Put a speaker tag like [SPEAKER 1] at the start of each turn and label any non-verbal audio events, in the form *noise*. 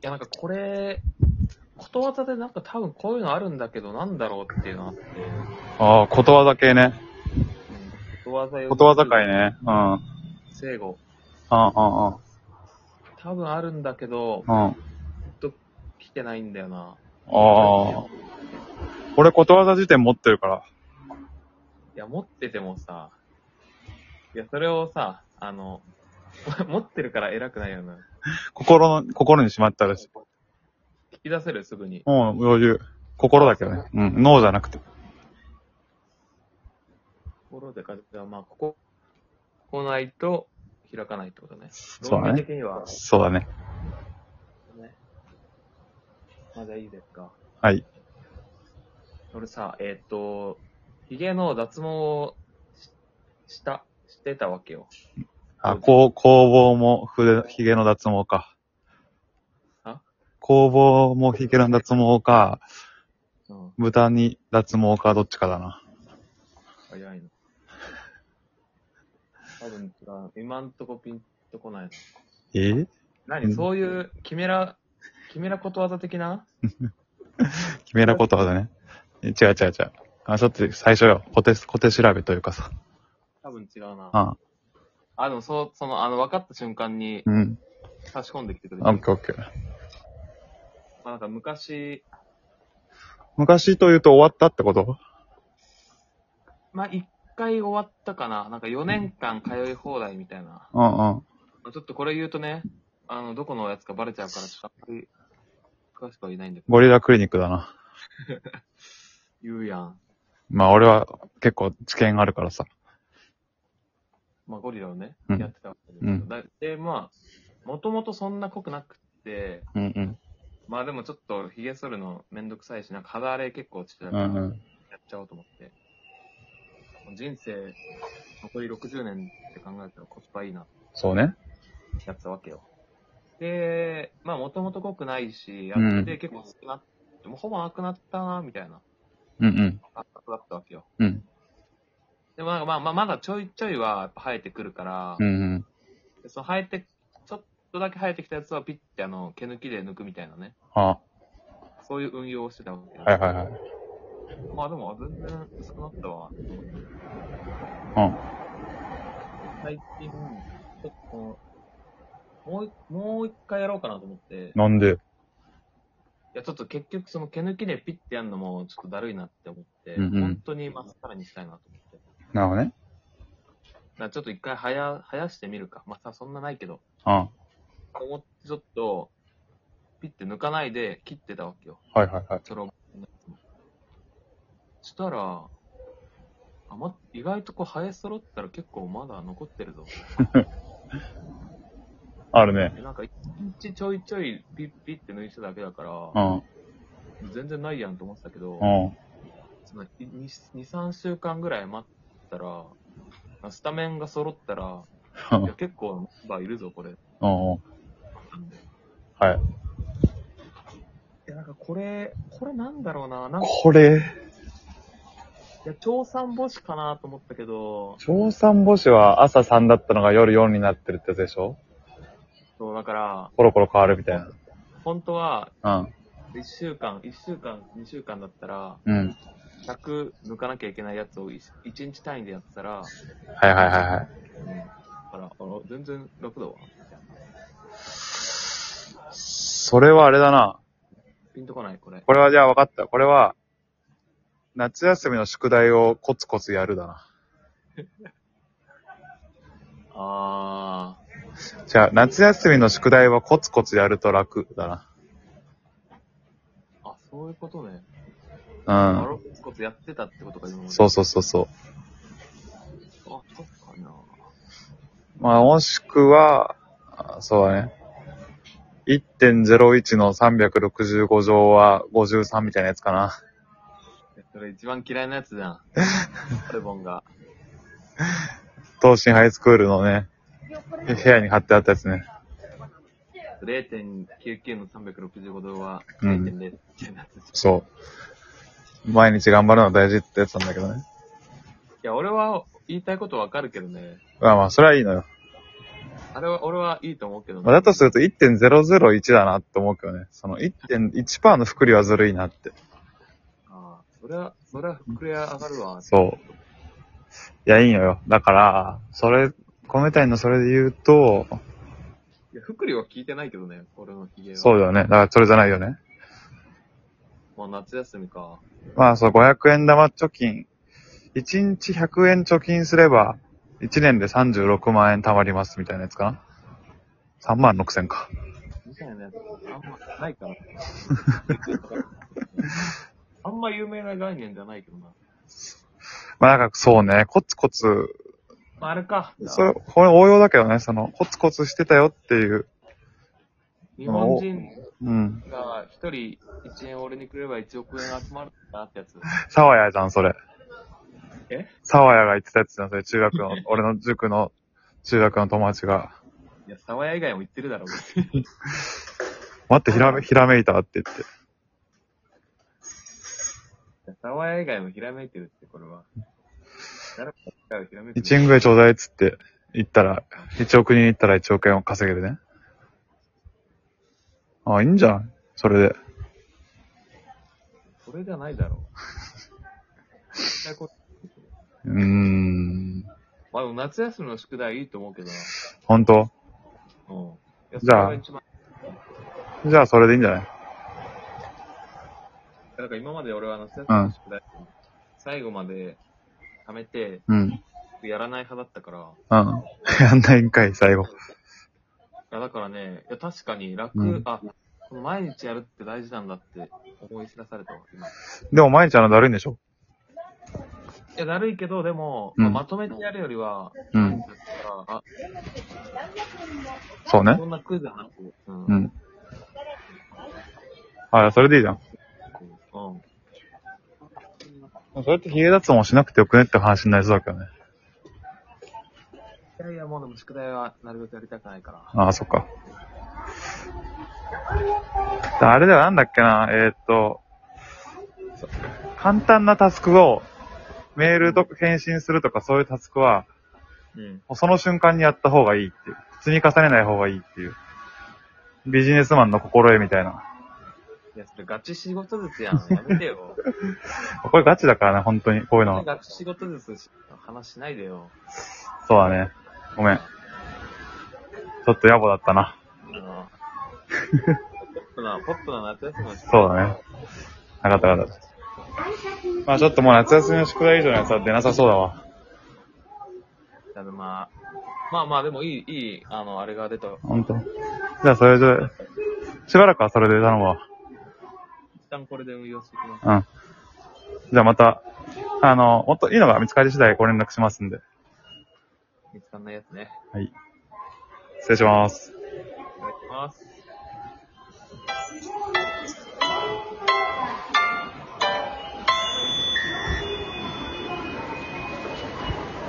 [SPEAKER 1] や、なんかこれ、ことわざでなんか多分こういうのあるんだけど、なんだろうっていうのはあって、
[SPEAKER 2] ああ、ことわざ系ね。
[SPEAKER 1] うんことわざよ
[SPEAKER 2] ことわざ界ね。うん。あ
[SPEAKER 1] 正語。
[SPEAKER 2] あ、あ
[SPEAKER 1] 多分あるんだけど、
[SPEAKER 2] あ、うん。
[SPEAKER 1] 来てないんだよな。
[SPEAKER 2] ああ。俺、ことわざ辞典持ってるから。
[SPEAKER 1] いや、持っててもさ、いや、それをさ、あの、 *laughs* 持ってるから偉くないよな。
[SPEAKER 2] 心の、心にしまったらしい。
[SPEAKER 1] 聞き出せるすぐに。
[SPEAKER 2] もう余裕。心だけどね。うん。脳じゃなくて。
[SPEAKER 1] 心でか、じゃあまあ、ここ、来ないと開かないってことね。
[SPEAKER 2] そうだね
[SPEAKER 1] 論理的には、
[SPEAKER 2] そうだね。
[SPEAKER 1] ね。まだいいですか。
[SPEAKER 2] はい。
[SPEAKER 1] 俺さ、えーっ、と、髭の脱毛をしした、してたわけよ。
[SPEAKER 2] あ、こう、工房も筆、髭の脱毛か。
[SPEAKER 1] あ
[SPEAKER 2] 工房も髭の脱毛か、
[SPEAKER 1] うん。
[SPEAKER 2] 豚に脱毛か、どっちかだな。
[SPEAKER 1] 早いの。多分違う。今んとこピンとこないの。
[SPEAKER 2] えう
[SPEAKER 1] 何
[SPEAKER 2] ん
[SPEAKER 1] そういう、キメラ、キメラことわざ的な
[SPEAKER 2] 決めらことわざね。え違う違う違う。あ、ちょっと最初よ。小手、小手調べというかさ。
[SPEAKER 1] 多分違うな。
[SPEAKER 2] あ
[SPEAKER 1] あ、でもそう、その、あの、分かった瞬間に
[SPEAKER 2] うん。
[SPEAKER 1] 差し込んできてくれ
[SPEAKER 2] あ、
[SPEAKER 1] た。
[SPEAKER 2] オ
[SPEAKER 1] ま
[SPEAKER 2] ッケーオッケー。
[SPEAKER 1] あ、なんか昔、
[SPEAKER 2] 昔というと終わったってこと
[SPEAKER 1] まあ、一回終わったかな。なんか4年間通い放題みたいな。
[SPEAKER 2] うんうん。
[SPEAKER 1] まあちょっとこれ言うとね、あの、どこのやつかバレちゃうから、ちょっとあんまり、詳しくは言えないんだけど、
[SPEAKER 2] ゴリラクリニックだな。
[SPEAKER 1] 言うやん。
[SPEAKER 2] まあ俺は結構知見があるからさ。
[SPEAKER 1] まあ、ゴリラをね、
[SPEAKER 2] うん
[SPEAKER 1] やってたわけです
[SPEAKER 2] う
[SPEAKER 1] よ。
[SPEAKER 2] ん
[SPEAKER 1] だで、まあ、もともとそんな濃くなくって、
[SPEAKER 2] うんうん。
[SPEAKER 1] まあでもちょっと、髭剃るのめんどくさいし、なんか肌荒れ結構してた
[SPEAKER 2] う
[SPEAKER 1] から、
[SPEAKER 2] んう
[SPEAKER 1] やっ
[SPEAKER 2] ん。
[SPEAKER 1] ちゃおうと思って。もう人生、残り60年って考えたらコスパいいな、
[SPEAKER 2] そうね。
[SPEAKER 1] やってたわけよ。で、まあ、もともと濃くないし、や
[SPEAKER 2] うん
[SPEAKER 1] って結構少なって、もうほぼなくなったな、みたいな
[SPEAKER 2] うん
[SPEAKER 1] 感覚だったわけよ。
[SPEAKER 2] うん。うん。
[SPEAKER 1] でもなんかまあまあまだちょいちょいはやっぱ生えてくるから、
[SPEAKER 2] うんうん。
[SPEAKER 1] でその生えて、ちょっとだけ生えてきたやつはピッてあの毛抜きで抜くみたいなね、
[SPEAKER 2] あ、
[SPEAKER 1] そういう運用をしてたわけよ
[SPEAKER 2] はいはいはい。
[SPEAKER 1] まあでも全然薄くなったわ。最近、ちょっとこのもうい、もう一回やろうかなと思って、い
[SPEAKER 2] うん。なんで
[SPEAKER 1] やちょっと結局その毛抜きでピッてやるのもちょっとだるいなって思って、
[SPEAKER 2] うんうん
[SPEAKER 1] 本当にまっさらにしたいなと思って。だか
[SPEAKER 2] なるほどね。
[SPEAKER 1] らちょっと一回はや、生やしてみるか。まあさ、そんなないけど、
[SPEAKER 2] あん。
[SPEAKER 1] 思ってちょっと、ピッて抜かないで切ってたわけよ。
[SPEAKER 2] はいはいはい。
[SPEAKER 1] その、したら、あ、ま、意外とこう、生え揃ったら結構まだ残ってるぞ。
[SPEAKER 2] あるね。
[SPEAKER 1] でなんか、一日ちょいちょいピッピッって抜いてただけだか
[SPEAKER 2] う
[SPEAKER 1] ら、
[SPEAKER 2] ん。
[SPEAKER 1] 全然ないやんと思ってたけど
[SPEAKER 2] う、ん。
[SPEAKER 1] その、2、3週間ぐらい待ったら、あスタメンが揃った
[SPEAKER 2] *laughs*
[SPEAKER 1] ら、
[SPEAKER 2] うん
[SPEAKER 1] いや結構、メンバーいるぞ、これ。
[SPEAKER 2] うんうん。はい。
[SPEAKER 1] いや、なんかこれ、これなんだろうな、なんか、
[SPEAKER 2] これ、
[SPEAKER 1] いや、調産母子かなと思ったけど、
[SPEAKER 2] 調産母子は朝3だったのが夜4になってるってやつでしょ
[SPEAKER 1] そう、だから、
[SPEAKER 2] コロコロ変わるみたい
[SPEAKER 1] 本当は、
[SPEAKER 2] な。うん。
[SPEAKER 1] 1週間、1週間、2週間だったら、
[SPEAKER 2] うん。
[SPEAKER 1] 100抜かなきゃいけないやつを 1, 日単位でやってたら、
[SPEAKER 2] はいはいはいはい。
[SPEAKER 1] だから、あの全然楽だわ。みたいな
[SPEAKER 2] それはあれだな。
[SPEAKER 1] ピンとこない、これ。
[SPEAKER 2] これはじゃあ分かった。これは、夏休みの宿題をコツコツやるだな。
[SPEAKER 1] あ
[SPEAKER 2] じゃあ、夏休みの宿題はコツコツやると楽だ
[SPEAKER 1] ー、あ、そういうことね。
[SPEAKER 2] な
[SPEAKER 1] あ。ロコツコツやってたってことか、今ま
[SPEAKER 2] うん。
[SPEAKER 1] で
[SPEAKER 2] そうそうそうそう。
[SPEAKER 1] あ、そっかな。
[SPEAKER 2] まあ、もしくは、あそうだね。1.01の365乗は53みたいなやつかな。
[SPEAKER 1] それ一番嫌いなやつじ
[SPEAKER 2] *laughs*
[SPEAKER 1] ゃん。カルボンが。
[SPEAKER 2] 東進ハイスクールのね、部屋に貼ってあったやつね。
[SPEAKER 1] 0.99の365度は
[SPEAKER 2] うん
[SPEAKER 1] 0.0みたいなやつでしょ
[SPEAKER 2] そう。毎日頑張るのは大事ってやつなんだけどね。
[SPEAKER 1] いや、俺は言いたいことわかるけどね。
[SPEAKER 2] まあまあ、それはいいのよ。
[SPEAKER 1] あれは、俺はいいと思うけど
[SPEAKER 2] まあだとすると1.001だなって思うけどね。その1.1%の複利はずるいなって。
[SPEAKER 1] ああ、それは、それは膨れ上がるわ。
[SPEAKER 2] そう。いや、いいのよ。だから、それ、米谷のそれで言うと、
[SPEAKER 1] いや、福利は聞いてないけどね、俺のヒゲは。
[SPEAKER 2] そうだよね。だからそれじゃないよね。
[SPEAKER 1] まあ、夏休みか。
[SPEAKER 2] まあそう、500円玉貯金。1日100円貯金すれば、1年で36万円貯まりますみたいなやつかな。3万6千か。
[SPEAKER 1] みたいなやつ、あんまない
[SPEAKER 2] *laughs*
[SPEAKER 1] から。あんま有名な概念じゃないけどな。
[SPEAKER 2] まあなんかそうね、コツコツ、
[SPEAKER 1] まあ、あれか。
[SPEAKER 2] それ、これ応用だけどね、その、コツコツしてたよっていう。
[SPEAKER 1] 日本人
[SPEAKER 2] うん。
[SPEAKER 1] が一人1円俺にくれば1億円集まるなってやつ。
[SPEAKER 2] 沢谷じゃん、それ。
[SPEAKER 1] え
[SPEAKER 2] 沢谷が言ってたやつじゃん、それ。中学の、俺の塾の、中学の友達が。
[SPEAKER 1] いや、沢谷以外も言ってるだろ、
[SPEAKER 2] 待って、ひらめ、ひらめいたって言って。
[SPEAKER 1] いや沢谷以外もひらめいてるって、これは。誰かがひらめいて
[SPEAKER 2] 1
[SPEAKER 1] る。
[SPEAKER 2] 円ぐらいちょうだいっつって、行ったら、1億人行ったら1億円を稼げるね。ああ、いいんじゃん。それで。
[SPEAKER 1] それじゃないだろう。絶対こ
[SPEAKER 2] うーん。
[SPEAKER 1] まあでも夏休みの宿題いいと思うけどな。
[SPEAKER 2] 本当
[SPEAKER 1] うん。いや、そ
[SPEAKER 2] じ
[SPEAKER 1] れ
[SPEAKER 2] ゃあ
[SPEAKER 1] が一番。
[SPEAKER 2] じゃあ、それでいいんじゃない
[SPEAKER 1] だから今まで俺は夏休みの宿題、最後まで貯めて、
[SPEAKER 2] うん。 *laughs*
[SPEAKER 1] やらない派だったから。
[SPEAKER 2] うん。やんないんかい、最後。
[SPEAKER 1] いや、だからね、いや、確かに楽、
[SPEAKER 2] うん
[SPEAKER 1] あ、この毎日やるって大事なんだって思い知らされたわ、今。い
[SPEAKER 2] でも、毎日あのだるいんでしょ
[SPEAKER 1] や、だるいけど、でも、
[SPEAKER 2] うん
[SPEAKER 1] まあまとめてやるよりは、
[SPEAKER 2] うん
[SPEAKER 1] だ。からあ、
[SPEAKER 2] そうね
[SPEAKER 1] そ。んなクイズはなく、うん。
[SPEAKER 2] う
[SPEAKER 1] うん。
[SPEAKER 2] ん。ああ、それでいいじゃん。それってヒゲ脱毛しなくてよくねって話になりそうだけどね。
[SPEAKER 1] いやいや、もうでも宿題はなるべくやりたくないから。
[SPEAKER 2] ああ、そっか。あれではなんだっけな、えーっと、簡単なタスクをメールとか返信するとかそういうタスクは、
[SPEAKER 1] うん。
[SPEAKER 2] もうその瞬間にやった方がいいっていう。積み重ねない方がいいっていう。ビジネスマンの心得みたいな。
[SPEAKER 1] いや、それガチ仕事術やん。やめて
[SPEAKER 2] *laughs*
[SPEAKER 1] よ。
[SPEAKER 2] これガチだからね、本当に。こういうのは。
[SPEAKER 1] ガチ仕事術し話しないでよ。
[SPEAKER 2] そうだね。ごめん。ちょっと野暮だったな。
[SPEAKER 1] あのポップ
[SPEAKER 2] *laughs*
[SPEAKER 1] な、ポップな夏休みの宿題
[SPEAKER 2] そうだね。なかったなかった。まあちょっともう夏休みの宿題以上のやつは出なさそうだわ。
[SPEAKER 1] だるま。まあまあ、でもいい、いい、あの、あれが出た。一
[SPEAKER 2] ほんと。じゃあ、それで、しばらくはそれで頼むわ。
[SPEAKER 1] 旦これで運用していきます。
[SPEAKER 2] うん。じゃあまた、あの、もっといいのが見つかり次第ご連絡しますんで。
[SPEAKER 1] 見つかんないやつね。
[SPEAKER 2] はい。失礼します。
[SPEAKER 1] いただきます。